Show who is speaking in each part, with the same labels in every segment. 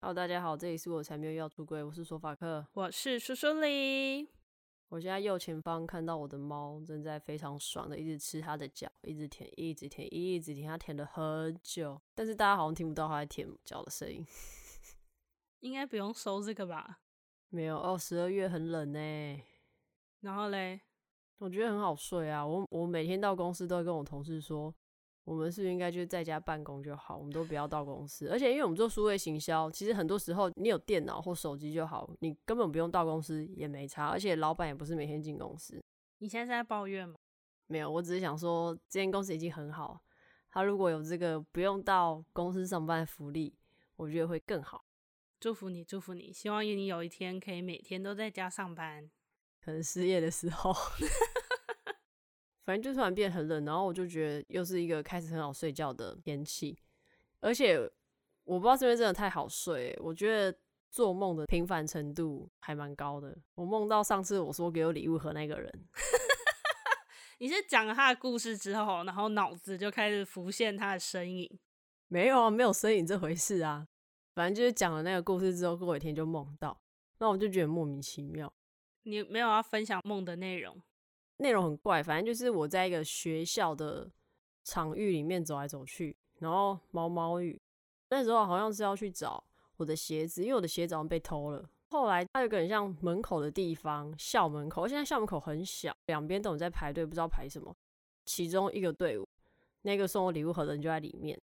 Speaker 1: Hello，大家好，这里是我才没有要出柜，我是索法克。
Speaker 2: 我是叔叔李，
Speaker 1: 我现在右前方看到我的猫正在非常爽的一直吃它的脚，一直舔，一直舔，一直舔，它舔了很久，但是大家好像听不到它在舔脚的声音。
Speaker 2: 应该不用收这个吧？
Speaker 1: 没有哦，十二月很冷呢，
Speaker 2: 然后嘞，
Speaker 1: 我觉得很好睡啊。我我每天到公司都会跟我同事说，我们是不是应该就在家办公就好，我们都不要到公司。而且因为我们做数位行销，其实很多时候你有电脑或手机就好，你根本不用到公司也没差。而且老板也不是每天进公司，
Speaker 2: 你现在是在抱怨吗？
Speaker 1: 没有，我只是想说这间公司已经很好，他如果有这个不用到公司上班的福利，我觉得会更好。
Speaker 2: 祝福你，祝福你，希望你有一天可以每天都在家上班。
Speaker 1: 可能失业的时候， 反正就突然变很冷，然后我就觉得又是一个开始很好睡觉的天气，而且我不知道这边真的太好睡，我觉得做梦的频繁程度还蛮高的。我梦到上次我说给我礼物盒那个人，
Speaker 2: 你是讲了他的故事之后，然后脑子就开始浮现他的身影。
Speaker 1: 没有啊，没有身影这回事啊，反正就是讲了那个故事之后，过几天就梦到，那我就觉得莫名其妙。
Speaker 2: 你没有要分享梦的内容，
Speaker 1: 内容很怪，反正就是我在一个学校的场域里面走来走去，然后毛毛雨，那时候好像是要去找我的鞋子，因为我的鞋子好像被偷了。后来它有一个很像门口的地方，校门口，现在校门口很小，两边都有在排队，不知道排什么。其中一个队伍，那个送我礼物盒的人就在里面，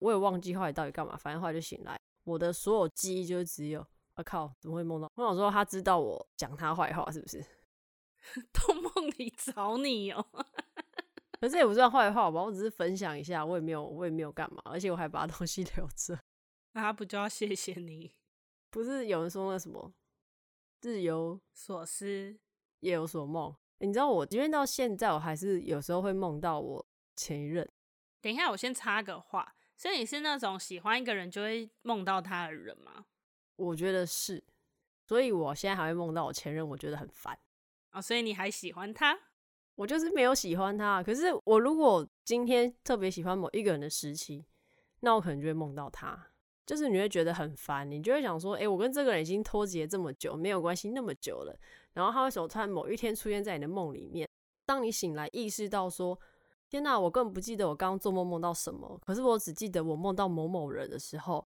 Speaker 1: 我也忘记后来到底干嘛，反正后来就醒来，我的所有记忆就只有，啊靠，怎么会梦到？我想说他知道我讲他坏话是不是？
Speaker 2: 都梦里找你哦。
Speaker 1: 可是也不算坏话吧，我只是分享一下，我也没有，我也没有干嘛，而且我还把东西 留着。
Speaker 2: 那他不就要谢谢你？
Speaker 1: 不是有人说那什么“日有
Speaker 2: 索斯，
Speaker 1: 夜有所梦”，你知道我因为到现在我还是有时候会梦到我前一任，
Speaker 2: 等一下，我先插个话。所以你是那种喜欢一个人就会梦到他的人吗？
Speaker 1: 我觉得是，所以我现在还会梦到我前任，我觉得很烦。
Speaker 2: 哦，所以你还喜欢他？
Speaker 1: 我就是没有喜欢他，可是我如果今天特别喜欢某一个人的时期，那我可能就会梦到他，就是你会觉得很烦，你就会想说，诶，我跟这个人已经脱节这么久，没有关系那么久了，然后他为什么突然某一天出现在你的梦里面？当你醒来意识到说，天哪，我根本不记得我刚刚做梦梦到什么，可是我只记得我梦到某某人的时候，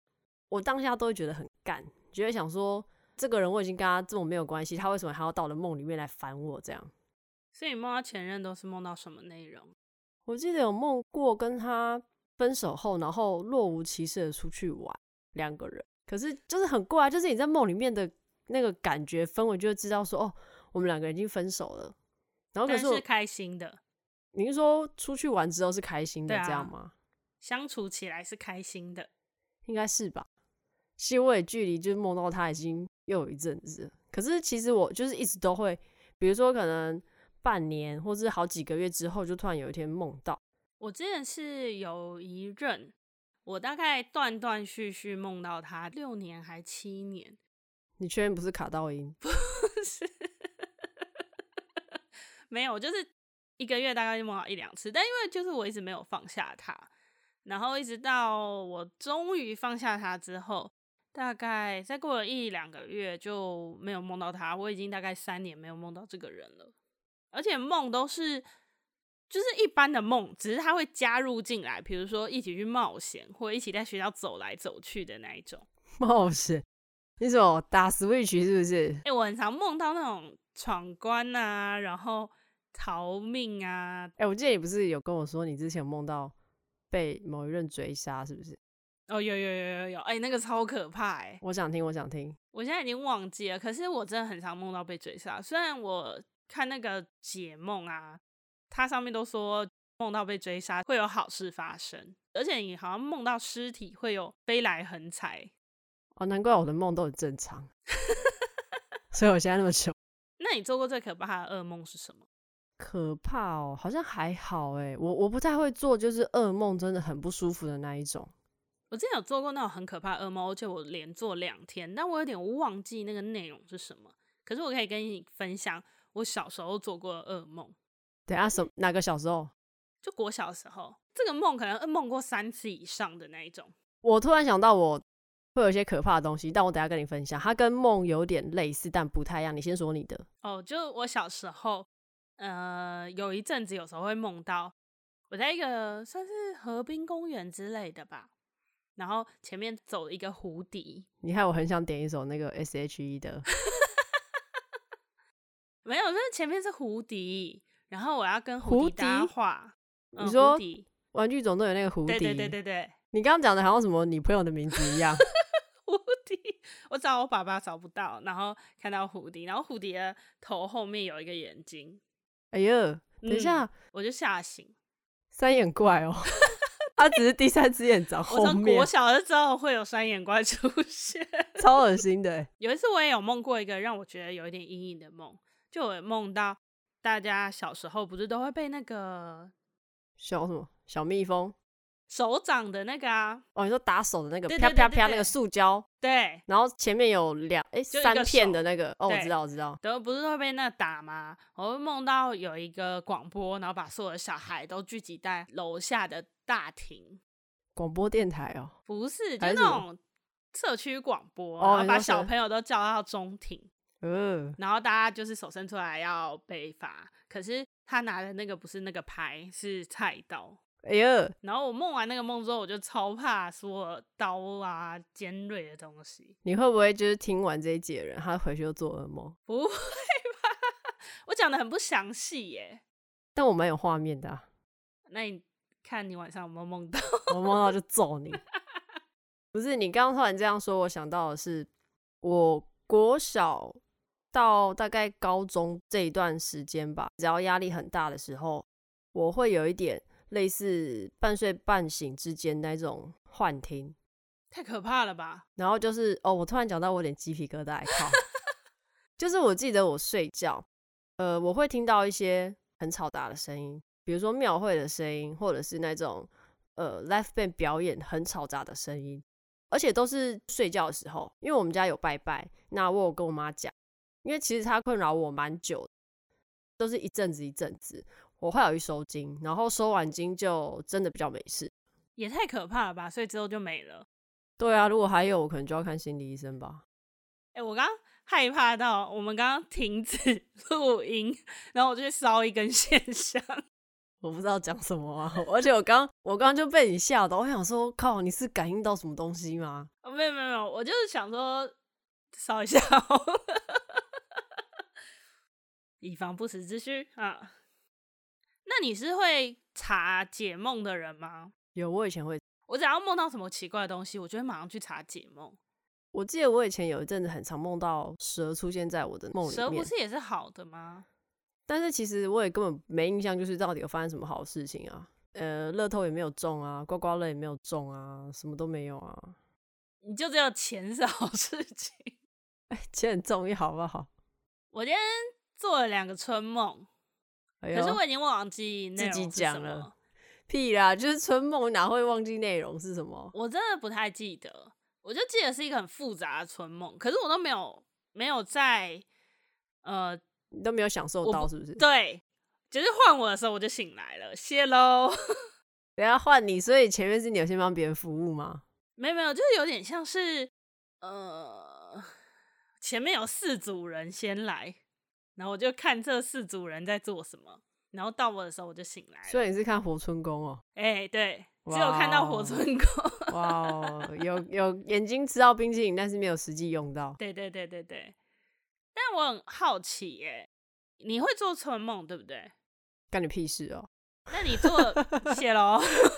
Speaker 1: 我当下都会觉得很干，就会想说，这个人我已经跟他这么没有关系，他为什么还要到我的梦里面来烦我这样？
Speaker 2: 所以你梦到前任都是梦到什么内容？
Speaker 1: 我记得有梦过跟他分手后，然后若无其事的出去玩，两个人。可是就是很怪啊，就是你在梦里面的那个感觉氛围，就会知道说，哦，我们两个人已经分手了。然后可
Speaker 2: 但
Speaker 1: 是我
Speaker 2: 是开心的，
Speaker 1: 你是说出去玩之后是开心的
Speaker 2: 对啊
Speaker 1: 这样吗？
Speaker 2: 相处起来是开心的。
Speaker 1: 应该是吧。其实我也距离就是梦到他已经又有一阵子了，可是其实我就是一直都会，比如说可能半年或是好几个月之后，就突然有一天梦到。
Speaker 2: 我之前是有一任，我大概断断续续梦到他六年还七年，
Speaker 1: 你确认不是卡到音？
Speaker 2: 是没有，就是一个月大概就梦到一两次，但因为就是我一直没有放下他，然后一直到我终于放下他之后，大概再过了一两个月就没有梦到他，我已经大概三年没有梦到这个人了，而且梦都是。就是一般的梦，只是他会加入进来，比如说一起去冒险，或一起在学校走来走去的那一种。
Speaker 1: 冒险？你怎么打 Switch 是不是？
Speaker 2: 哎、我很常梦到那种闯关啊，然后逃命啊。
Speaker 1: 哎、我记得你不是有跟我说你之前有梦到被某一任追杀，是不是？
Speaker 2: 哦，有有有有有，哎、那个超可怕哎、
Speaker 1: 我想听，我想听。
Speaker 2: 我现在已经忘记了，可是我真的很常梦到被追杀。虽然我看那个解梦啊，它上面都说梦到被追杀会有好事发生，而且你好像梦到尸体会有飞来横财。
Speaker 1: 哦，难怪我的梦都很正常， 所以我现在那么穷。
Speaker 2: 那你做过最可怕的噩梦是什么？
Speaker 1: 可怕哦，好像还好哎，我我不太会做，就是噩梦真的很不舒服的那一种。
Speaker 2: 我之前有做过那种很可怕的噩梦，而且我连做两天，但我有点忘记那个内容是什么。可是我可以跟你分享我小时候做过的噩梦，
Speaker 1: 等一下什么哪个小时候？
Speaker 2: 就国呃小的时候，这个梦可能梦过三次以上的那一种。
Speaker 1: 我突然想到我会有一些可怕的东西，但我等一下跟你分享，它跟梦有点类似，但不太一样。你先说你的，
Speaker 2: 哦，就我小时候，呃，有一阵子有时候会梦到我在一个算是河滨公园之类的吧，然后前面走了一个湖底，
Speaker 1: 你害我很想点一首那个 S H E 的，
Speaker 2: 没有，就是前面是湖底，然后我要跟
Speaker 1: 湖
Speaker 2: 湖
Speaker 1: 底
Speaker 2: 底搭话。
Speaker 1: 你
Speaker 2: 嗯
Speaker 1: 说
Speaker 2: 湖底？
Speaker 1: 《玩具总动员》那个胡迪，
Speaker 2: 对对对对对，
Speaker 1: 你刚刚讲的好像什么你朋友的名字一 样，
Speaker 2: 湖底。我找我爸爸找不到，然后看到湖底，然后湖底的头后面有一个眼睛，
Speaker 1: 哎呦，等一下，
Speaker 2: 嗯我就吓醒。
Speaker 1: 三眼怪哦， 他只是第三只眼 长
Speaker 2: 我
Speaker 1: 后
Speaker 2: 从
Speaker 1: 面
Speaker 2: 国，小就知道会有双眼怪出现。
Speaker 1: 超恶心的欸。
Speaker 2: 有一次我也有梦过一个让我觉得有一点阴影的梦，就我梦到大家小时候不是都会被那个
Speaker 1: 小什么小蜜蜂？
Speaker 2: 手掌的那个啊，
Speaker 1: 哦，你说打手的那个
Speaker 2: 对
Speaker 1: 啪
Speaker 2: 对
Speaker 1: 啪
Speaker 2: 对对
Speaker 1: 啪那
Speaker 2: 对
Speaker 1: 个塑胶，
Speaker 2: 对，
Speaker 1: 然后前面有两哎
Speaker 2: 就一
Speaker 1: 三
Speaker 2: 个
Speaker 1: 片
Speaker 2: 手
Speaker 1: 的那个，哦，我
Speaker 2: 对
Speaker 1: 知道我知道，
Speaker 2: 都不是会被那打吗？我会梦到有一个广播，然后把所有的小孩都聚集在楼下的大厅，
Speaker 1: 广播电台哦，
Speaker 2: 不是就
Speaker 1: 还
Speaker 2: 那
Speaker 1: 是什么
Speaker 2: 种社区广播，
Speaker 1: 哦
Speaker 2: 然后
Speaker 1: 你
Speaker 2: 把
Speaker 1: 说
Speaker 2: 小
Speaker 1: 谁
Speaker 2: 朋友都叫到中庭，
Speaker 1: 呃，
Speaker 2: 然后大家就是手伸出来要被罚，可是他拿的那个不是那个牌，是菜刀。
Speaker 1: 哎呦，
Speaker 2: 然后我梦完那个梦之后，我就超怕说刀啊、尖锐的东西。
Speaker 1: 你会不会就是听完这一集的人，他回去就做噩梦？
Speaker 2: 不会吧？我讲的很不详细耶。
Speaker 1: 但我蛮有画面的、啊，
Speaker 2: 那你看你晚上有没有梦到？
Speaker 1: 我梦到就揍你。不是你刚刚突然这样说，我想到的是，我国小到大概高中这一段时间吧，只要压力很大的时候，我会有一点类似半睡半醒之间那种幻听，
Speaker 2: 太可怕了吧！
Speaker 1: 然后就是哦，我突然讲到我有点鸡皮疙瘩，靠！就是我记得我睡觉，呃，我会听到一些很吵杂的声音，比如说庙会的声音，或者是那种呃 l i f e band 表演很吵杂的声音，而且都是睡觉的时候，因为我们家有拜拜，那我有跟我妈讲，因为其实它困扰我蛮久的，都是一阵子一阵子，我会有一收经，然后收完经就真的比较没事。
Speaker 2: 也太可怕了吧！所以之后就没了。
Speaker 1: 对啊，如果还有，我可能就要看心理医生吧。
Speaker 2: 哎、我刚刚害怕到我们刚刚停止 录音，然后我就去烧一根线香。
Speaker 1: 我不知道讲什么啊， 而且我刚我刚就被你吓到，我想说靠，你是感应到什么东西吗？
Speaker 2: 哦没有没有没有，我就是想说烧一下好了，以防不时之需啊。那你是会查解梦的人吗？
Speaker 1: 有，我以前会，
Speaker 2: 我只要梦到什么奇怪的东西，我就会马上去查解梦。
Speaker 1: 我记得我以前有一阵子很常梦到蛇出现在我的梦里
Speaker 2: 蛇不
Speaker 1: 面，
Speaker 2: 是也是好的吗？
Speaker 1: 但是其实我也根本没印象，就是到底有发生什么好事情啊。呃，乐透也没有中啊，刮刮乐也没有中啊，什么都没有啊。
Speaker 2: 你就只有钱是好事情。
Speaker 1: 哎，钱很重要，好不好？
Speaker 2: 我今天做了两个春梦，
Speaker 1: 哎
Speaker 2: 可
Speaker 1: 呦
Speaker 2: 是，我已经忘记内容
Speaker 1: 自己
Speaker 2: 是什
Speaker 1: 讲了
Speaker 2: 么
Speaker 1: 屁啦，就是春梦哪会忘记内容是什么？
Speaker 2: 我真的不太记得，我就记得是一个很复杂的春梦，可是我都没有没有在呃
Speaker 1: 你都没有享受
Speaker 2: 我
Speaker 1: 到
Speaker 2: 不
Speaker 1: 是不是？
Speaker 2: 对，就是换我的时候我就醒来了，谢喽。
Speaker 1: 等一下换你，所以前面是你有先帮别人服务吗？
Speaker 2: 没有没有，就是有点像是呃前面有四组人先来，然后我就看这四组人在做什么，然后到我的时候我就醒来了。
Speaker 1: 所以你是看活春宫哦。
Speaker 2: 哎、对，只有看到
Speaker 1: 哇哦
Speaker 2: 火村宫。
Speaker 1: 哇哦，有有眼睛吃到冰淇淋，但是没有实际用到。
Speaker 2: 对对对对对，但我很好奇耶、你会做春梦对不对？
Speaker 1: 干你屁事 哦！
Speaker 2: 那 你做谢喽，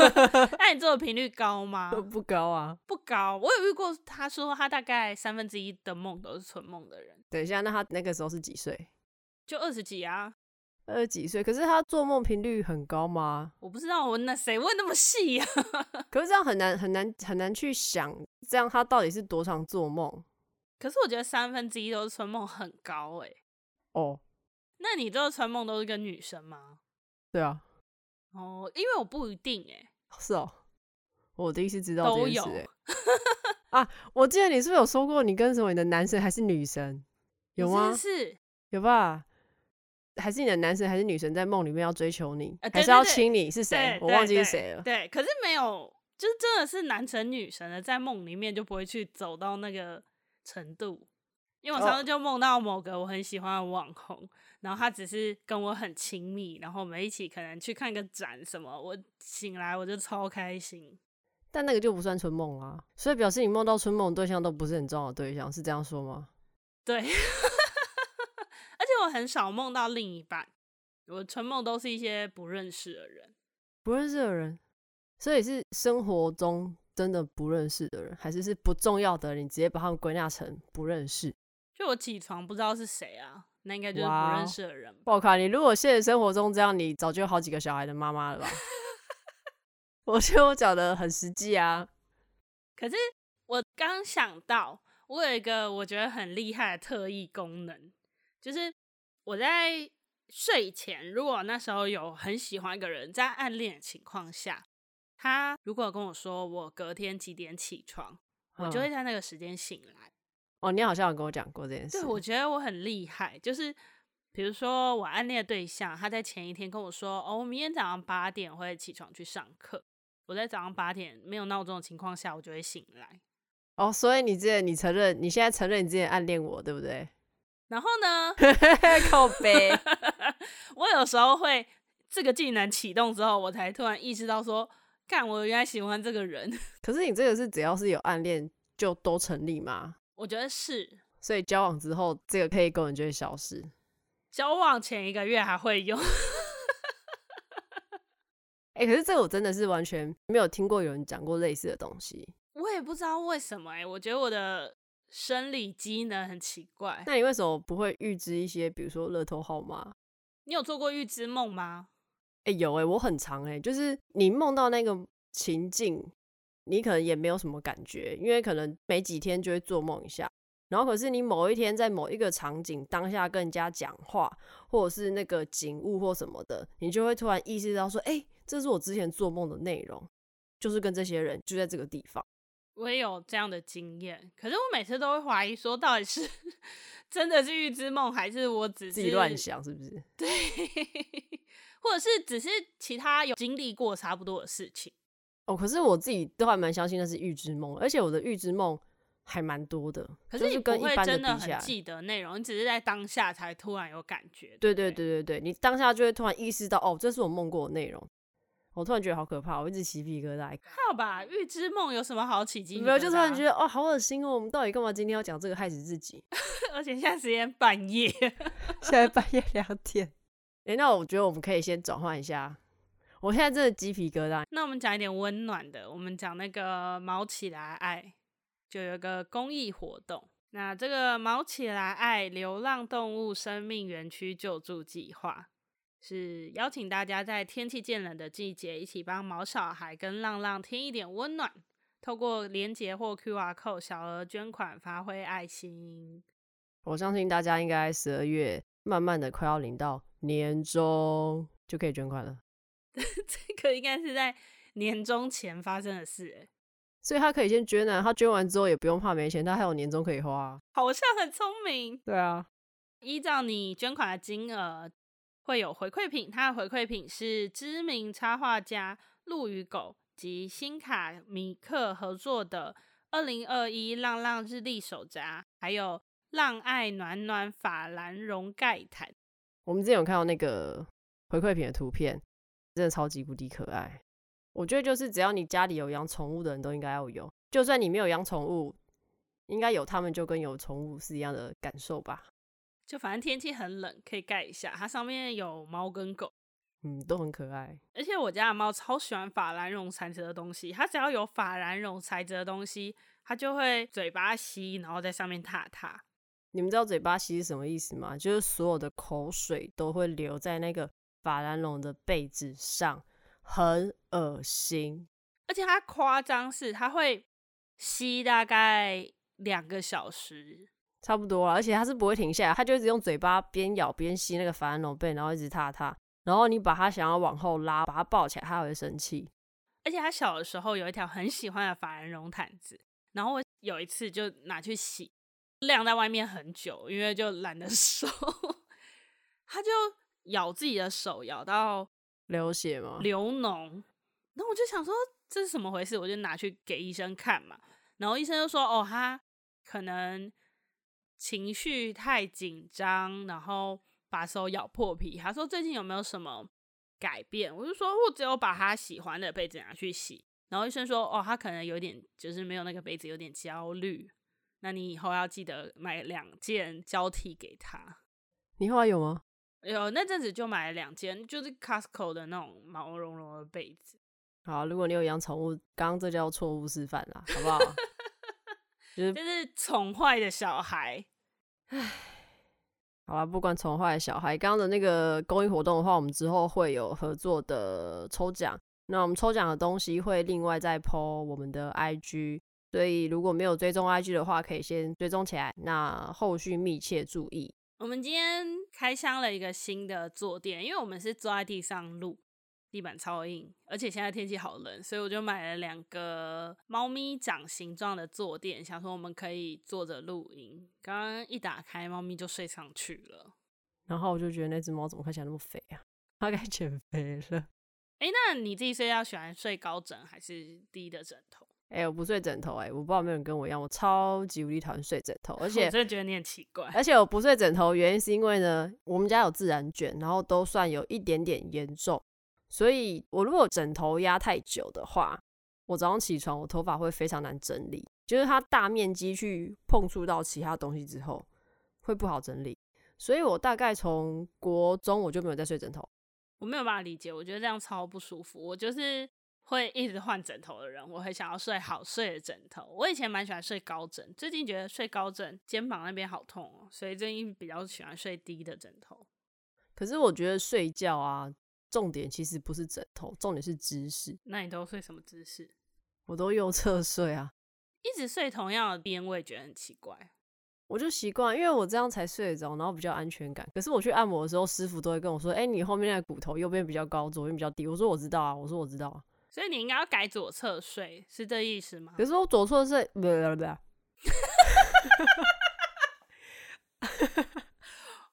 Speaker 2: 那你做的频率高吗？
Speaker 1: 不高啊。
Speaker 2: 不高，我有遇过，他说他大概三分之一的梦都是春梦的人，
Speaker 1: 等一下，那他那个时候是几岁？
Speaker 2: 就二十几啊，
Speaker 1: 二十几岁，可是他做梦频率很高吗？
Speaker 2: 我不知道我那谁问那么细啊呀、
Speaker 1: 可是这样很难很难很难去想，这样他到底是多常做梦？
Speaker 2: 可是我觉得三分之一都是春梦很高哎、
Speaker 1: 哦，
Speaker 2: 那你这个春梦都是跟女生吗？
Speaker 1: 对啊，
Speaker 2: 哦，因为我不一定哎、
Speaker 1: 是哦，我第一次知道
Speaker 2: 都
Speaker 1: 这件
Speaker 2: 有
Speaker 1: 事、 欸。啊，我记得你是不是有说过你跟什么你的男神还是女神？有啊吗？
Speaker 2: 是是是
Speaker 1: 有吧？还是你的男神还是女神在梦里面要追求你，
Speaker 2: 呃对
Speaker 1: 还是要
Speaker 2: 对对
Speaker 1: 亲你？是谁
Speaker 2: 对？
Speaker 1: 我忘
Speaker 2: 对
Speaker 1: 记是
Speaker 2: 对
Speaker 1: 谁了。
Speaker 2: 对，可是没有就是真的是男神女神的，在梦里面就不会去走到那个程度。因为我上
Speaker 1: 哦
Speaker 2: 次就梦到某个我很喜欢的网红，然后他只是跟我很亲密，然后我们一起可能去看个展什么，我醒来我就超开心。
Speaker 1: 但那个就不算春梦啊，所以表示你梦到春梦的对象都不是很重要的对象，是这样说吗？
Speaker 2: 对，而 且我很少梦到另一半，我春梦都是一些不认识的人。
Speaker 1: 不认识的人，所以是生活中真的不认识的人，还是是不重要的人，你直接把他们归纳成不认识？
Speaker 2: 就我起床不知道是谁啊，那应该就是
Speaker 1: 哇
Speaker 2: 不
Speaker 1: 哦
Speaker 2: 认识的人吧。
Speaker 1: 我靠，你如果现实生活中这样，你早就有好几个小孩的妈妈了吧？ 我觉得我讲的很实际啊，
Speaker 2: 可是我刚想到，我有一个我觉得很厉害的特异功能，就是我在睡前，如果那时候有很喜欢一个人，在暗恋的情况下，他如果跟我说我隔天几点起床， 我就会
Speaker 1: 嗯
Speaker 2: 在那个时间醒来。
Speaker 1: 哦，你好像有跟我讲过这件事。
Speaker 2: 对，我觉得我很厉害，就是。比如说，我暗恋的对象，他在前一天跟我说：“哦，我明天早上八点会起床去上课。”我在早上八点没有闹钟的情况下，我就会醒来。
Speaker 1: 哦，所以你之前你承认，你现在承认你之前暗恋我，对不对？
Speaker 2: 然后呢，
Speaker 1: 靠背，
Speaker 2: 我有时候会这个技能启动之后，我才突然意识到说，干，我原来喜欢这个人。
Speaker 1: 可是你这个是只要是有暗恋就都成立吗？
Speaker 2: 我觉得是
Speaker 1: 所以交往之后，这个可以功能就会消失。
Speaker 2: 交往前一个月还会有，
Speaker 1: 哎、可是这个我真的是完全没有听过有人讲过类似的东西。
Speaker 2: 我也不知道为什么哎、我觉得我的生理机能很奇怪。
Speaker 1: 那你为什么不会预知一些，比如说乐透号码？
Speaker 2: 你有做过预知梦吗？
Speaker 1: 哎、有哎、我很常哎、就是你梦到那个情境，你可能也没有什么感觉，因为可能每几天就会做梦一下。然后可是你某一天在某一个场景当下跟人家讲话，或者是那个景物或什么的，你就会突然意识到说，哎、这是我之前做梦的内容，就是跟这些人就在这个地方。
Speaker 2: 我也有这样的经验，可是我每次都会怀疑说，到底是 真的是预知梦，还是我只是
Speaker 1: 自己乱 想是不是？
Speaker 2: 或者是只是其他有经历过差不多的事情。
Speaker 1: 哦，可是我自己都还蛮相信那是预知梦，而且我的预知梦还蛮多的，
Speaker 2: 可
Speaker 1: 就是
Speaker 2: 你不
Speaker 1: 跟一
Speaker 2: 会
Speaker 1: 般
Speaker 2: 真
Speaker 1: 的
Speaker 2: 的
Speaker 1: 比起
Speaker 2: 很
Speaker 1: 来，
Speaker 2: 记得内容，你只是在当下才突然有感觉。
Speaker 1: 对
Speaker 2: 对
Speaker 1: 对
Speaker 2: 不，
Speaker 1: 对对对，你当下就会突然意识到，哦，这是我梦过的内容。我突然觉得好可怕，我一直起鸡皮疙瘩。
Speaker 2: 还有吧？预知梦有什么好起鸡皮疙瘩？
Speaker 1: 没有，就突然觉得哦，好恶心哦！我们到底干嘛今天要讲这个害死自己？
Speaker 2: 而且现在时间半夜，
Speaker 1: 现在半夜两 点。哎、那我觉得我们可以先转换一下。我现在真的鸡皮疙瘩。
Speaker 2: 那我们讲一点温暖的，我们讲那个毛起来爱，就有一个公益活动。那这个毛起来爱流浪动物生命园区救助计划，是邀请大家在天气渐冷的季节，一起帮毛小孩跟浪浪添一点温暖。透过连结或 QR code 小额捐款，发挥爱心。
Speaker 1: 我相信大家应该十二月慢慢的快要领到年终，就可以捐款了。
Speaker 2: 这个应该是在年终前发生的事、欸，
Speaker 1: 所以他可以先捐啊，他捐完之后也不用怕没钱，他还有年终可以花、啊
Speaker 2: 好像很聪明。
Speaker 1: 对啊，
Speaker 2: 依照你捐款的金额会有回馈品，它的回馈品是知名插画家陆羽狗及新卡米克合作的二零二一浪浪日历手札，还有浪爱暖暖法兰绒盖毯。
Speaker 1: 我们之前有看到那个回馈品的图片，真的超级无敌可爱。我觉得就是只要你家里有养宠物的人都应该要有，就算你没有养宠物，应该有他们就跟有宠物是一样的感受吧。
Speaker 2: 就反正天气很冷，可以盖一下。它上面有猫跟狗，
Speaker 1: 嗯，都很可爱。
Speaker 2: 而且我家的猫超喜欢法兰绒材质的东西，它只要有法兰绒材质的东西，它就会嘴巴吸，然后在上面踏踏。
Speaker 1: 你们知道嘴巴吸是什么意思吗？就是所有的口水都会留在那个法兰绒的被子上，很恶心。
Speaker 2: 而且它夸张是它会吸大概两个小时，
Speaker 1: 差不多了，啊而且它是不会停下来，它就一直用嘴巴边咬边吸那个法兰绒被，然后一直踏它。然后你把它想要往后拉，把它抱起来，它还会生气。
Speaker 2: 而且它小的时候有一条很喜欢的法兰绒毯子，然后我有一次就拿去洗，晾在外面很久，因为就懒得 收，它就咬自己的手，咬到
Speaker 1: 流血吗？
Speaker 2: 流脓，然后我就想说这是怎么回事？我就拿去给医生看嘛，然后医生就说，哦，他可能情绪太紧张，然后把手咬破皮。他说最近有没有什么改变？我就说我只有把他喜欢的被子拿去洗。然后医生说，哦，他可能有点就是没有那个被子，有点焦虑。那你以后要记得买两件交替给他。
Speaker 1: 你后来有吗？
Speaker 2: 有那阵子就买了两件，就是 Costco 的那种毛茸茸的被子。
Speaker 1: 好，啊如果你有养宠物，刚刚这叫错误示范啦，好不 好？就是
Speaker 2: 就是宠坏的小孩。
Speaker 1: 好啦，啊不管宠坏小孩，刚刚的那个公益活动的话，我们之后会有合作的抽奖。那我们抽奖的东西会另外再 PO 我们的 IG，所以如果没有追踪 IG 的话，可以先追踪起来。那后续密切注意。
Speaker 2: 我们今天开箱了一个新的坐垫，因为我们是坐在地上录，地板超硬，而且现在天气好冷，所以我就买了两个猫咪掌形状的坐垫，想说我们可以坐着录音。刚刚一打开，猫咪就睡上去了。
Speaker 1: 然后我就觉得那只猫怎么看起来那么肥啊？它 该减肥了。
Speaker 2: 诶，那你自己睡觉喜欢睡高枕还是低的枕头？
Speaker 1: 哎、我不睡枕头、哎，我不知道有没有人跟我一样，我超级无敌讨厌睡枕头，而且
Speaker 2: 我真的觉得你很奇怪。
Speaker 1: 而且我不睡枕头，原因是因为呢，我们家有自然卷，然后都算有一点点严重，所以我如果枕头压太久的话，我早上起床我头发会非常难整理，就是它大面积去碰触到其他东西之后会不好整理，所以我大概从国中我就没有再睡枕头，
Speaker 2: 我没有办法理解，我觉得这样超不舒服。我就是会一直换枕头的人，我很想要睡好睡的枕头。我以前蛮喜欢睡高枕，最近觉得睡高枕肩膀那边好痛哦，所以最近比较喜欢睡低的枕头。
Speaker 1: 可是我觉得睡觉啊，重点其实不是枕头，重点是姿势，
Speaker 2: 那你都睡什么姿势？
Speaker 1: 我都右 侧睡啊，
Speaker 2: 一直睡同样的边，我也觉得很奇怪。
Speaker 1: 我就习惯，因为我这样才睡得着，然后比较安全感。可是我去按摩的时候，师傅都会跟我说：“哎、你后面那个骨头右边比较高，左边比较低。”我说：“我知道啊，我说我知道啊。
Speaker 2: 所以你应该要改左侧睡，是这意 思吗”？
Speaker 1: 可是我左侧睡，不不不，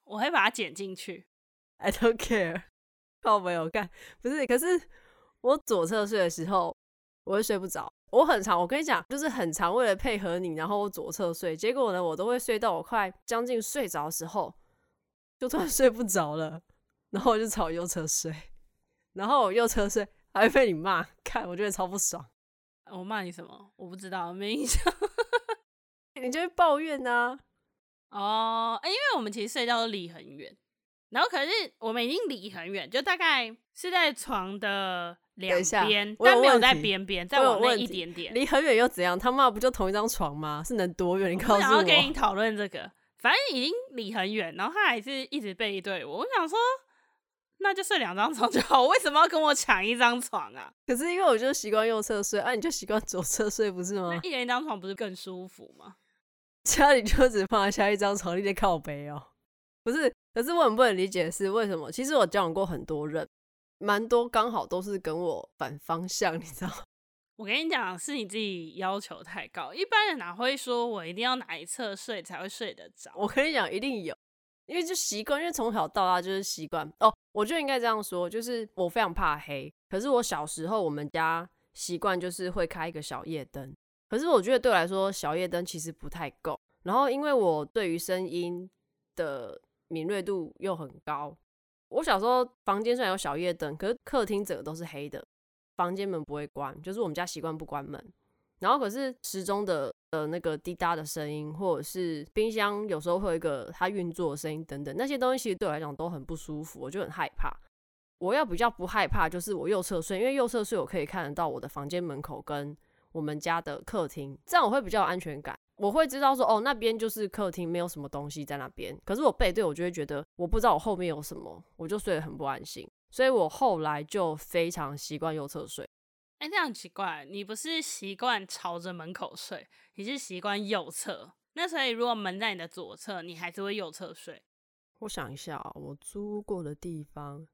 Speaker 2: 我会把它剪进去。
Speaker 1: I don't care，靠没有干，不是，可是我左侧睡的时候，我会睡不着。我很长，我跟你讲，就是很长，为了配合你，然后我左侧睡，结果呢，我都会睡到我快将近睡着的时候，就突然睡不着了，然后我就朝右侧睡，然后我右侧睡还会被你骂，看我觉得超不爽，
Speaker 2: 我骂你什么？我不知道，没印象。
Speaker 1: 你就会抱怨啊呐、
Speaker 2: 哦，哎，因为我们其实睡觉都离很远，然后可是我们已经离很远，就大概是在床的两
Speaker 1: 一下
Speaker 2: 边，
Speaker 1: 我有
Speaker 2: 但没有
Speaker 1: 问
Speaker 2: 在
Speaker 1: 题
Speaker 2: 边边，再
Speaker 1: 我有
Speaker 2: 往内
Speaker 1: 问
Speaker 2: 一
Speaker 1: 题
Speaker 2: 点点。
Speaker 1: 离很远又怎样？他妈不就同一张床吗？是能多远？你告
Speaker 2: 我
Speaker 1: 诉
Speaker 2: 想
Speaker 1: 我
Speaker 2: 要，跟你讨论这个，反正已经离很远，然后他还是一直背对我。我想说，那就睡两张床就好，为什么要跟我抢一张床啊？
Speaker 1: 可是因为我就习惯右侧睡，啊，你就习惯左侧睡不是吗
Speaker 2: 那？一人一张床不是更舒服吗？
Speaker 1: 家里就只放得下一张床，你得靠背哦。 不是，可是我很不能理解的是为什么？其实我交往过很多人，蛮多刚好都是跟我反方向，你知道吗？
Speaker 2: 我跟你讲，是你自己要求太高，一般人哪会说我一定要哪一侧睡才会睡得着？
Speaker 1: 我跟你讲，一定有，因为就习惯，因为从小到大就是习惯。哦，我觉得应该这样说，就是我非常怕黑，可是我小时候我们家习惯就是会开一个小夜灯，可是我觉得对我来说小夜灯其实不太够。然后因为我对于声音的敏锐度又很高，我小时候房间虽然有小夜灯，可是客厅整个都是黑的，房间门不会关，就是我们家习惯不关门。然后可是时钟的呃那个滴答的声音，或者是冰箱有时候会有一个它运作的声音等等，那些东西其实对我来讲都很不舒服，我就很害怕。我要比较不害怕就是我右侧睡，因为右侧睡我可以看得到我的房间门口跟我们家的客厅，这样我会比较有安全感。我会知道说哦那边就是客厅，没有什么东西在那边。可是我背对我就会觉得我不知道我后面有什么，我就睡得很不安心。所以我后来就非常习惯右侧睡。
Speaker 2: 哎、这样很奇怪，你不是习惯朝着门口睡，你是习惯右侧。那所以如果门在你的左侧，你还是会右侧睡。
Speaker 1: 我想一下、啊，我租过的地方，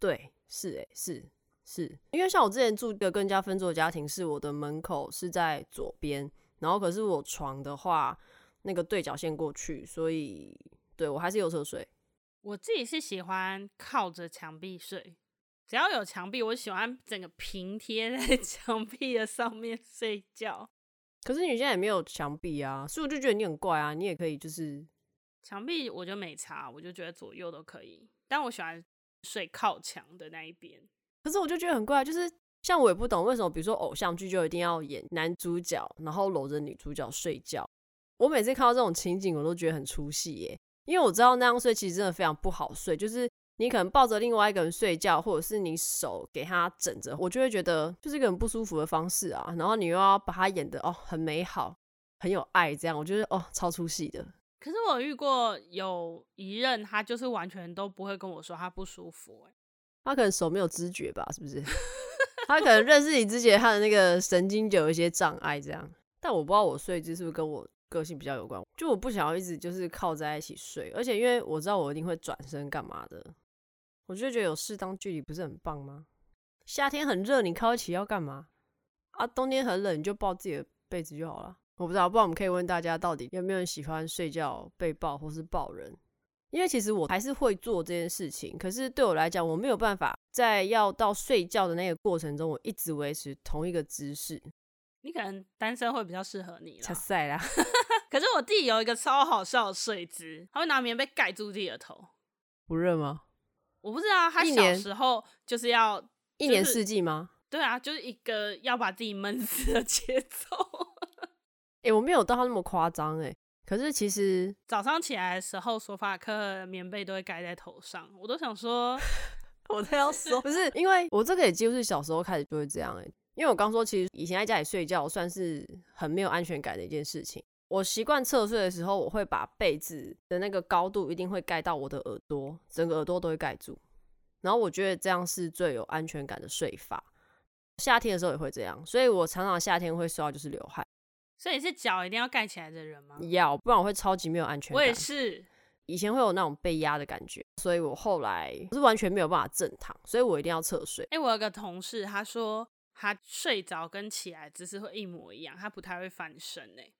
Speaker 1: 对，是诶、是是，因为像我之前住一个跟人家分租的家庭，是我的门口是在左边，然后可是我床的话，那个对角线过去，所以对我还是有侧睡。
Speaker 2: 我自己是喜欢靠着墙壁睡，只要有墙壁，我喜欢整个平贴在 墙壁的上面睡觉。
Speaker 1: 可是你现在也没有墙壁啊，所以我就觉得你很怪啊。你也可以就是
Speaker 2: 墙壁我就没差，我就觉得左右都可以，但我喜欢睡靠墙的那一边。
Speaker 1: 可是我就觉得很怪，啊就是像我也不懂为什么，比如说偶像剧就一定要演男主角，然后搂着女主角睡觉。我每次看到这种情景，我都觉得很出戏耶，因为我知道那样睡其实真的非常不好睡，就是你可能抱着另外一个人睡觉，或者是你手给他枕着，我就会觉得就是一个很不舒服的方式啊。然后你又要把它演的哦很美好，很有爱，这样我觉得哦超出戏的。
Speaker 2: 可是我有遇过有一任，他就是完全都不会跟我说他不舒服、欸，
Speaker 1: 他可能手没有知觉吧，是不是？他可能认识你之前，他的那个神经就有一些障碍，这样。但我不知道我睡姿是不是跟我个性比较有关，就我不想要一直就是靠在一起睡，而且因为我知道我一定会转身干嘛的，我就觉得有适当距离不是很棒吗？夏天很热，你靠一起要干嘛？啊，冬天很冷，你就抱自己的被子就好了。我不知道，不然我们可以问大家，到底有没有人喜欢睡觉被抱或是抱人？因为其实我还是会做这件事情，可是对我来讲，我没有办法在要到睡觉的那个过程中，我一直维持同一个姿势。
Speaker 2: 你可能单身会比较适合你啦
Speaker 1: 擦。塞啦，
Speaker 2: 可是我弟有一个超好笑的睡姿，他会拿棉被盖住自己的头。
Speaker 1: 不热吗？
Speaker 2: 我不知道他
Speaker 1: 一
Speaker 2: 小
Speaker 1: 年
Speaker 2: 时候就是要，
Speaker 1: 一
Speaker 2: 就是
Speaker 1: 年四季吗？
Speaker 2: 对啊，就是一个要把自己闷死的节奏。
Speaker 1: 诶、我没有到他那么夸张诶。可是其实
Speaker 2: 早上起来的时候，索法克的棉被都会盖在头上，我都想说，
Speaker 1: 我都要说，不是因为我这个也几乎是小时候开始就会这样哎、因为我刚说，其实以前在家里睡觉算是很没有安全感的一件事情。我习惯侧睡的时候，我会把被子的那个高度一定会盖到我的耳朵，整个耳朵都会盖住。然后我觉得这样是最有安全感的睡法。夏天的时候也会这样，所以我常常夏天会睡到就是流汗，
Speaker 2: 所以是脚一定要盖起来的人吗？
Speaker 1: 要不然我会超级没有安全
Speaker 2: 我
Speaker 1: 感。
Speaker 2: 也是，
Speaker 1: 以前会有那种被压的感觉，所以我后来我是完全没有办法正躺，所以我一定要侧睡。
Speaker 2: 哎、我有个同事，他说他睡着跟起来姿势会一模一样，他不太会翻身诶、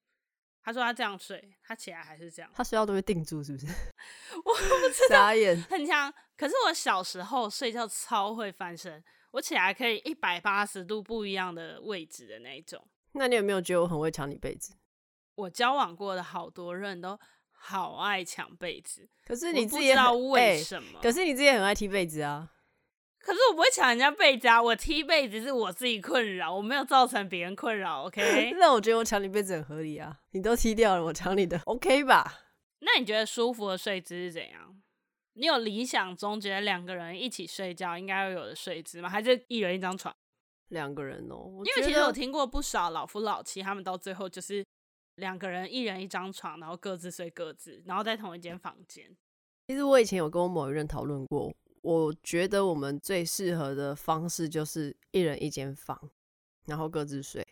Speaker 2: 他说他这样睡，他起来还是这样，
Speaker 1: 他睡觉都会定住，是不啊是？
Speaker 2: 我不知道，
Speaker 1: 傻眼，
Speaker 2: 很强。可是我小时候睡觉超会翻身，我起来可以一百八十度不一样的位置的那一种。
Speaker 1: 那你有没有觉得我很会抢你被子？
Speaker 2: 我交往过的好多人都好爱抢被子，
Speaker 1: 可是
Speaker 2: 我
Speaker 1: 你
Speaker 2: 不
Speaker 1: 自己
Speaker 2: 知
Speaker 1: 也很
Speaker 2: 道为
Speaker 1: 哎
Speaker 2: 什么。
Speaker 1: 可是你自己也很爱踢被子啊。
Speaker 2: 可是我不会抢人家被子啊，我踢被子是我自己困扰，我没有造成别人困扰。OK，
Speaker 1: 那我觉得我抢你被子很合理啊，你都踢掉了，我抢你的，OK 吧？
Speaker 2: 那你觉得舒服的睡姿是怎样？你有理想中觉得两个人一起睡觉应该要有的睡姿吗？还是一人一张床？
Speaker 1: 两个人哦，因
Speaker 2: 因为其实我听过不少老夫老妻，他们到最后就是两个人一人一张床，然后各自睡各自，然后在同一间房间。
Speaker 1: 其实我以前有跟我某一任讨论过，我觉得我们最适合的方式就是一人一间房，然后各自睡。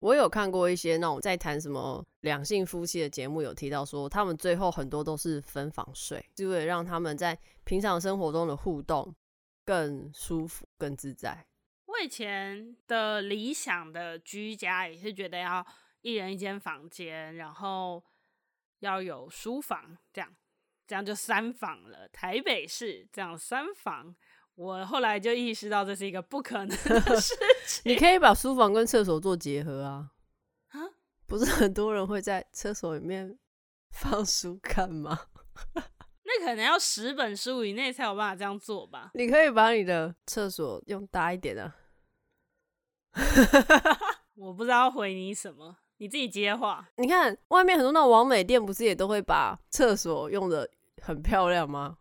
Speaker 1: 我有看过一些那种在谈什么两性夫妻的节目，有提到说他们最后很多都是分房睡，是为了让他们在平常生活中的互动更舒服、更自在。
Speaker 2: 我以前的理想的居家也是觉得要一人一间房间，然后要有书房，这样这样就三房了。台北市这样三房，我后来就意识到这是一个不可能 的事
Speaker 1: 你
Speaker 2: 情。
Speaker 1: 可以把书房跟厕所做结合啊！
Speaker 2: 啊
Speaker 1: 不是很多人会在厕所里面 放书看吗？
Speaker 2: 那可能要十本书以内才有办法这样做吧？
Speaker 1: 你可以把你的厕所用大一点啊。
Speaker 2: 我不知道回你什么，你自己接话。
Speaker 1: 你看外面很多那种网美店，不是也都会把厕所用的很漂亮吗？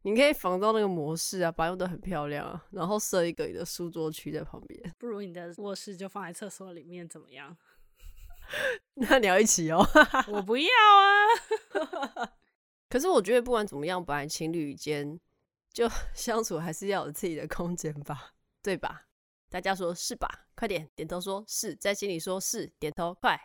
Speaker 1: 你可以仿照那个模式啊，把它用的很漂亮啊，然后设一个你的书桌区在旁边。
Speaker 2: 不如你的卧室就放在厕所里面怎么样？
Speaker 1: 那你要一起哦。
Speaker 2: 我不要啊！
Speaker 1: 可是我觉得不管怎么样，本来情侣间就 相处还是要有自己的空间吧，对吧？大家说是吧？快点点头说是，在心里说是，点头快。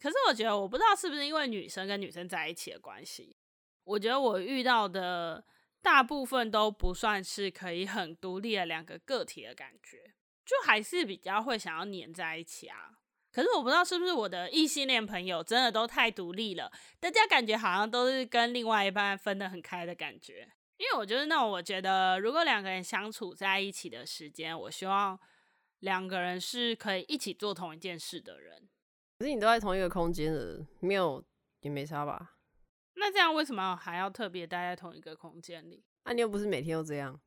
Speaker 2: 可是我觉得，我不知道是不是因为女生跟女生在一起的关系，我觉得我遇到的大部分都不算是可以很独立的两个个体的感觉，就还是比较会想要黏在一起啊。可是我不知道是不是我的异性恋朋友真的都太独立了，大家感觉好像都是跟另外一半分得很开的感觉。因为我就是那种我觉得，如果两个人相处在一起的时间，我希望两个人是可以一起做同一件事的人。
Speaker 1: 可是你都在同一个空间的，没有也没差吧？
Speaker 2: 那这样为什么还要特别待在同一个空间里？
Speaker 1: 啊，你又不是每天都这样，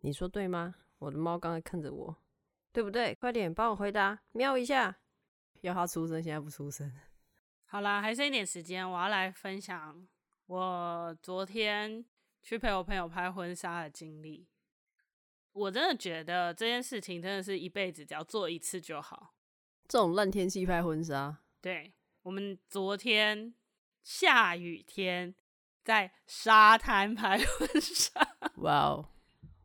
Speaker 1: 你说对吗？我的猫刚才看着我，对不对？快点帮我回答，喵一下。要它出声，现在不出声。
Speaker 2: 好啦，还剩一点时间，我要来分享我昨天去陪我朋友拍婚纱的经历。我真的觉得这件事情真的是一辈子只要做一次就好。
Speaker 1: 这种烂天气拍婚纱，
Speaker 2: 对我们昨天下雨天在沙滩拍婚纱，
Speaker 1: 哇哦！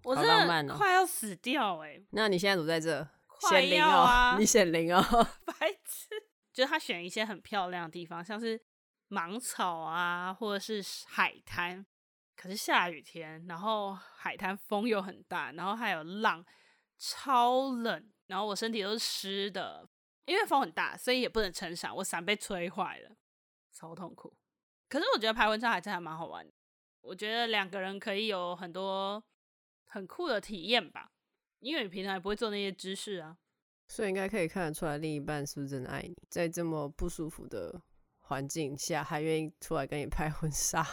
Speaker 2: 我
Speaker 1: 好
Speaker 2: 真
Speaker 1: 浪漫
Speaker 2: 的
Speaker 1: 哦
Speaker 2: 快要死掉哎、
Speaker 1: 那你现在怎么在这？
Speaker 2: 快
Speaker 1: 显灵
Speaker 2: 要
Speaker 1: 哦
Speaker 2: 啊
Speaker 1: 你显灵哦。
Speaker 2: 白痴！就是他选一些很漂亮的地方，像是芒草啊，或者是海滩。可是下雨天，然后海滩风又很大，然后还有浪，超冷，然后我身体都是湿的，因为风很大，所以也不能撑伞，我伞被吹坏了，超痛苦。可是我觉得拍婚纱还真还蛮好玩的，我觉得两个人可以有很多很酷的体验吧，因为你平常也不会做那些姿势啊。
Speaker 1: 所以应该可以看得出来，另一半是不是真的爱你，在这么不舒服的环境下，还愿意出来跟你拍婚纱。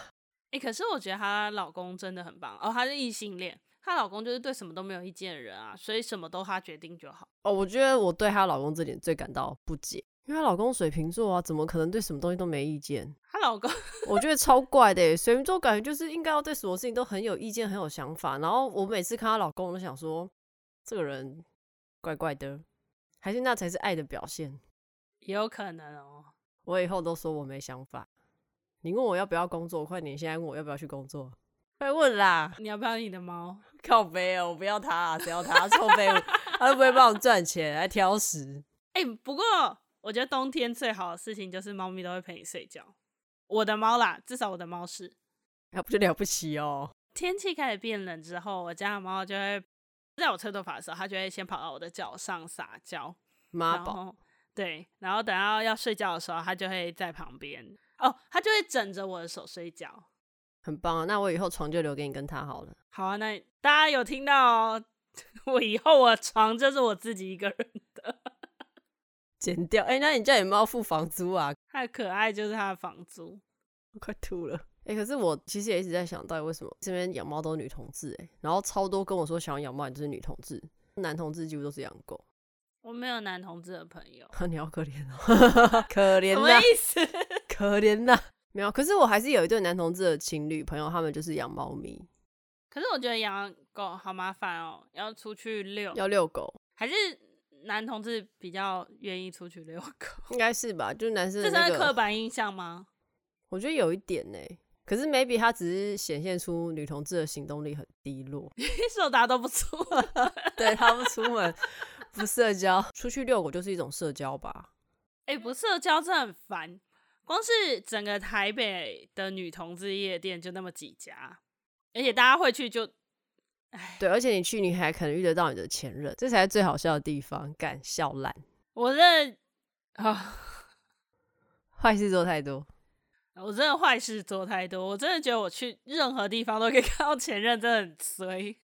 Speaker 2: 哎、可是我觉得她老公真的很棒哦，她是异性恋，她老公就是对什么都没有意见的人啊，所以什么都她决定就好。
Speaker 1: 哦，我觉得我对她老公这点最感到不解，因为她老公水瓶座啊，怎么可能对什么东西都没意见？
Speaker 2: 她老公，
Speaker 1: 我觉得超怪的耶，欸水瓶座感觉就是应该要对什么事情都很有意见、很有想法。然后我每次看她老公，我都想说，这个人怪怪的，还是那才是爱的表现。
Speaker 2: 也有可能哦。
Speaker 1: 我以后都说我没想法。你问我要不要工作，快点现在问我要不要去工作，快问啦！
Speaker 2: 你要不要你的猫？
Speaker 1: 靠背哦，我不要他、啊，谁要他、臭废物，他又不会帮我赚钱，还挑食。
Speaker 2: 哎、不过我觉得冬天最好的事情就是猫咪都会陪你睡觉。我的猫啦，至少我的猫是。
Speaker 1: 那不就了不起哦？
Speaker 2: 天气开始变冷之后，我家的猫就会在我吹头发的时候，它就会先跑到我的脚上撒娇。
Speaker 1: 妈
Speaker 2: 然
Speaker 1: 宝，
Speaker 2: 后对，然后等到要睡觉的时候，它就会在旁边哦，它就会枕着我的手睡觉。
Speaker 1: 很棒啊！那我以后床就留给你跟他好了。
Speaker 2: 好啊，那大家有听到哦 我以后我床就是我自己一个人的，
Speaker 1: 剪掉，哎、那你叫你猫付房租啊？
Speaker 2: 它的可爱就是它的房租。
Speaker 1: 我 快吐了。哎、可是我其实也一直在想，到底为什么这边养猫都是女同志、哎，然后超多跟我说想要养猫，你就是女同志，男同志几乎都是养狗。
Speaker 2: 我没有男同志的朋友，
Speaker 1: 你好可怜哦，可怜
Speaker 2: 什么
Speaker 1: 呐、
Speaker 2: 意思？
Speaker 1: 可怜呐、没有，可是我还是有一对男同志的情侣朋友，他们就是养猫咪，
Speaker 2: 可是我觉得养狗好麻烦哦，要出去遛，
Speaker 1: 要遛狗，
Speaker 2: 还是男同志比较愿意出去遛狗？
Speaker 1: 应该是吧？就是男生的
Speaker 2: 这算
Speaker 1: 那
Speaker 2: 是刻
Speaker 1: 个，
Speaker 2: 板印象吗？
Speaker 1: 我觉得有一点呢、可是 maybe 他只是显现出女同志的行动力很低落，
Speaker 2: 一手答都不出，
Speaker 1: 对他不出门，不社交，出去遛狗就是一种社交吧。
Speaker 2: 哎、不社交真的很烦。光是整个台北的女同志夜店就那么几家，而且大家会去就，哎，
Speaker 1: 对，而且你去你还可能遇得到你的前任，这才是最好笑的地方。敢笑烂，
Speaker 2: 我真的啊，
Speaker 1: 坏事做太多。
Speaker 2: 我真的坏事做太多，我真的觉得我去任何地方都可以 看到前任，真的很衰。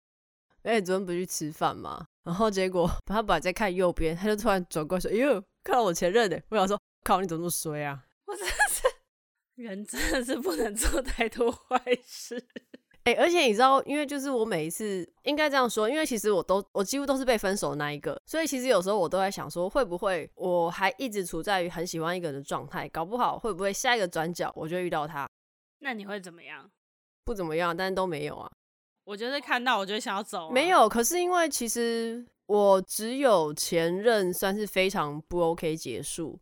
Speaker 1: 而且昨天不是去吃饭嘛，然后结果 他本来在看右边，他就突然转过来说：“哎呦，看到我前任呢、我想说：“靠，你怎么那么衰啊？”
Speaker 2: 我真的是人真的是不能做太多坏事。
Speaker 1: 哎、而且你知道，因为就是我每一次应该这样说，因为其实我都我几乎都是被分手的那一个，所以其实有时候我都在想说，会不会我还一直处在于很喜欢一个人的状态，搞不好会不会下一个转角我就遇到他，
Speaker 2: 那你会怎么样？
Speaker 1: 不怎么样，但是都没有啊，
Speaker 2: 我就是看到我就会想要走、啊
Speaker 1: 没，有。可是因为其实我只有前任算是非常不 OK 结束，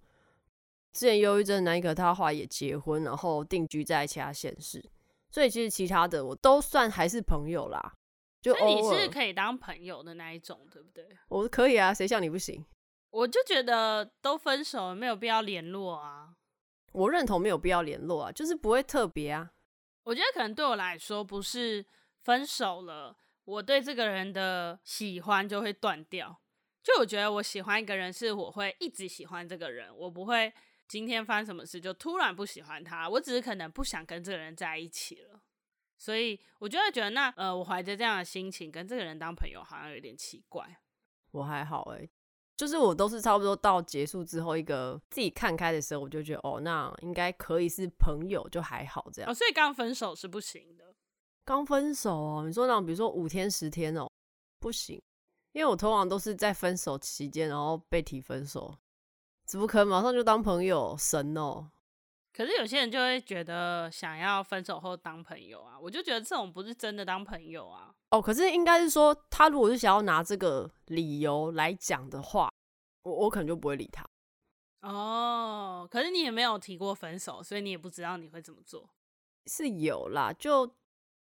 Speaker 1: 之前忧郁症的那一个他后来也结婚，然后定居在其他县市，所以其实其他的我都算还是朋友啦。就
Speaker 2: 所以你
Speaker 1: 偶尔
Speaker 2: 是可以当朋友的那一种，对不对？
Speaker 1: 我可以啊，谁像你不行？
Speaker 2: 我就觉得都分手了，没有必要联络啊。
Speaker 1: 我认同没有必要联络啊，就是不会特别啊。
Speaker 2: 我觉得可能对我来说，不是分手了，我对这个人的喜欢就会断掉。就我觉得我喜欢一个人，是我会一直喜欢这个人，我不会今天发生什么事就突然不喜欢他，我只是可能不想跟这个人在一起了。所以我就会觉得那呃，我怀着这样的心情跟这个人当朋友好像有点奇怪。
Speaker 1: 我还好哎、就是我都是差不多到结束之后一个自己看开的时候，我就觉得哦，那应该可以是朋友，就还好这样
Speaker 2: 哦，。所以刚分手是不行的。
Speaker 1: 刚分手哦，你说那种比如说五天十天哦，不行，因为我通常都是在分手期间，然后被提分手，怎么可能马上就当朋友？神哦！
Speaker 2: 可是有些人就会觉得想要分手后当朋友啊，我就觉得这种不是真的当朋友啊。
Speaker 1: 哦，可是应该是说，他如果是想要拿这个理由来讲的话，我我可能就不会理他。
Speaker 2: 哦，可是你也没有提过分手，所以你也不知道你会怎么做。
Speaker 1: 是有啦，就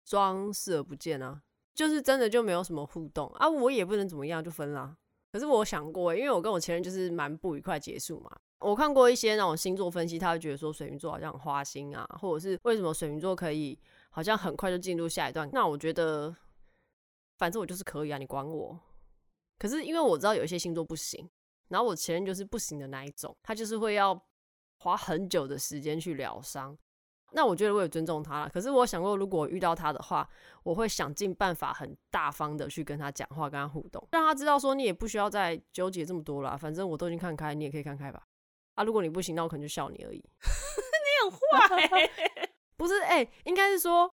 Speaker 1: 装视而不见啊，就是真的就没有什么互动啊，我也不能怎么样就分啦。可是我想过欸、因为我跟我前任就是蛮不愉快结束嘛。我看过一些那种星座分析，他会觉得说水瓶座好像很花心啊，或者是为什么水瓶座可以好像很快就进入下一段。那我觉得，反正我就是可以啊，你管我。可是因为我知道有一些星座不行，然后我前任就是不行的那一种，他就是会要花很久的时间去疗伤。那我觉得我也尊重他了。可是我想过，如果我遇到他的话，我会想尽办法很大方的去跟他讲话，跟他互动，让他知道说你也不需要再纠结这么多啦，反正我都已经看开，你也可以看开吧。啊，如果你不行，那我可能就笑你而已。
Speaker 2: 你很坏欸、
Speaker 1: 不是，哎、应该是说，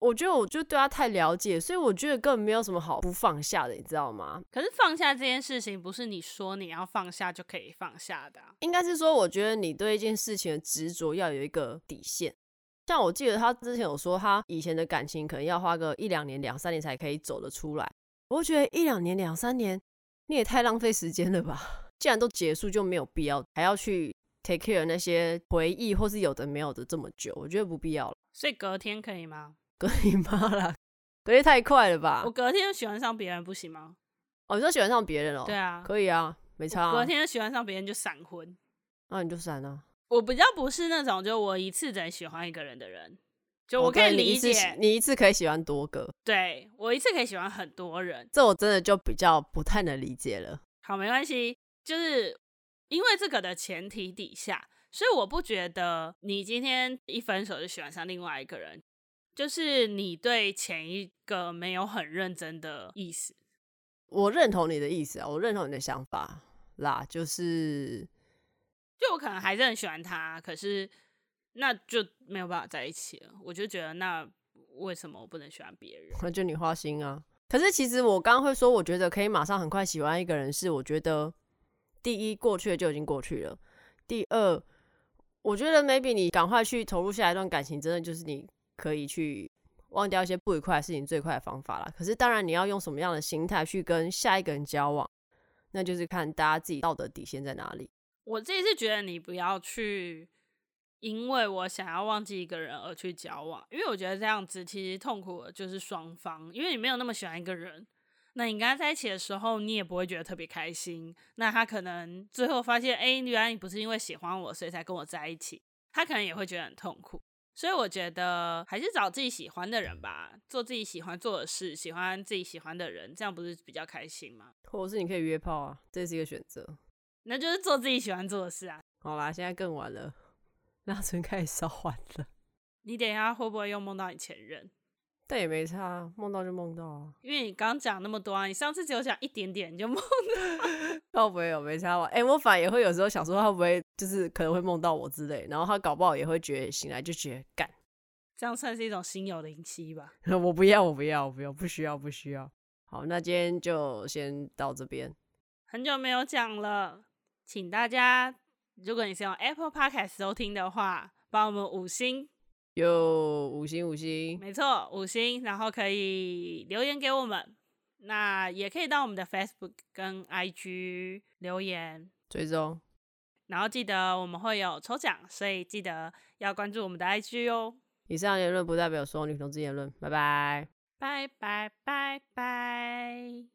Speaker 1: 我觉得我就对他太了解，所以我觉得根本没有什么好不放下的，你知道吗？
Speaker 2: 可是放下这件事情，不是你说你要放下就可以放下的、啊。
Speaker 1: 应该是说，我觉得你对一件事情的执着要有一个底线。像我记得他之前有说，他以前的感情可能要花个一两年、两三年才可以走得出来。我觉得一两年、两三年，你也太浪费时间了吧！ 既然都结束，就没有必要还要去 take care 那些回忆，或是有的没有的这么久，我觉得不必要了。
Speaker 2: 所以隔天可以吗？
Speaker 1: 隔你妈啦，隔离太快了吧
Speaker 2: 我？隔天就喜欢上别人不行吗？
Speaker 1: 哦，你说喜欢上别人哦？
Speaker 2: 对啊，
Speaker 1: 可以啊，没差
Speaker 2: 隔
Speaker 1: 啊，
Speaker 2: 天就喜欢上别人就闪婚。
Speaker 1: 那你就闪啊。
Speaker 2: 我比较不是那种就我一次只能喜欢一个人的人，就
Speaker 1: 哦
Speaker 2: 我可以
Speaker 1: 对你一
Speaker 2: 理
Speaker 1: 次
Speaker 2: 解，
Speaker 1: 喜你一次可以喜欢多个，
Speaker 2: 对我一次可以喜欢很多人。
Speaker 1: 这我真的就比较不太能理解了。
Speaker 2: 好，没关系，就是因为这个的前提底下，所以我不觉得你今天一分手就喜欢上另外一个人，就是你对前一个没有很认真的意思。
Speaker 1: 我认同你的意思啊，我认同你的想法啦，就是
Speaker 2: 就我可能还是很喜欢他，可是那就没有办法在一起了。我就觉得那为什么我不能喜欢别人？
Speaker 1: 那就你花心啊。可是其实我刚刚会说，我觉得可以马上很快喜欢一个人，是我觉得第一过去的就已经过去了，第二，我觉得 maybe 你赶快去投入下一段感情，真的就是你可以去忘掉一些不愉快的事情最快的方法啦。可是当然你要用什么样的心态去跟下一个人交往，那就是看大家自己道德底线在哪里。
Speaker 2: 我自己是觉得你不要去，因为我想要忘记一个人而去交往，因为我觉得这样子其实痛苦的就是双方，因为你没有那么喜欢一个人。那你跟他在一起的时候，你也不会觉得特别开心。那他可能最后发现，哎、原来你不是因为喜欢我，所以才跟我在一起。他可能也会觉得很痛苦。所以我觉得还是找自己喜欢的人吧，做自己喜欢做的事，喜欢自己喜欢的人，这样不是比较开心吗？
Speaker 1: 或者是你可以约炮啊，这是一个选择。
Speaker 2: 那就是做自己喜欢做的事啊。
Speaker 1: 好啦，现在更晚了，蜡烛应该也烧完了，
Speaker 2: 你等一下会不会又梦到你前任？
Speaker 1: 但也没差，梦到就梦到啊。
Speaker 2: 因为你刚讲那么多啊，你上次只有讲一点点，你就梦。
Speaker 1: 倒不会有没差吧？哎、我反而也会有时候想说，他会不会就是可能会梦到我之类，然后他搞不好也会觉得醒来就觉得干，
Speaker 2: 这样算是一种心有灵犀吧。
Speaker 1: 我不要，我不要，我不要，不需要，不需要。好，那今天就先到这边。
Speaker 2: 很久没有讲了，请大家，如果你是用 Apple Podcast 收听的话，帮我们五星，
Speaker 1: 有五星五星，
Speaker 2: 没错，五星，然后可以留言给我们。那也可以到我们的 Facebook 跟 IG 留言，
Speaker 1: 追踪
Speaker 2: 然后记得我们会有抽奖，所以记得要关注我们的 IG 哦。
Speaker 1: 以上言论不代表所有女同志言论，拜拜。
Speaker 2: 拜拜拜拜。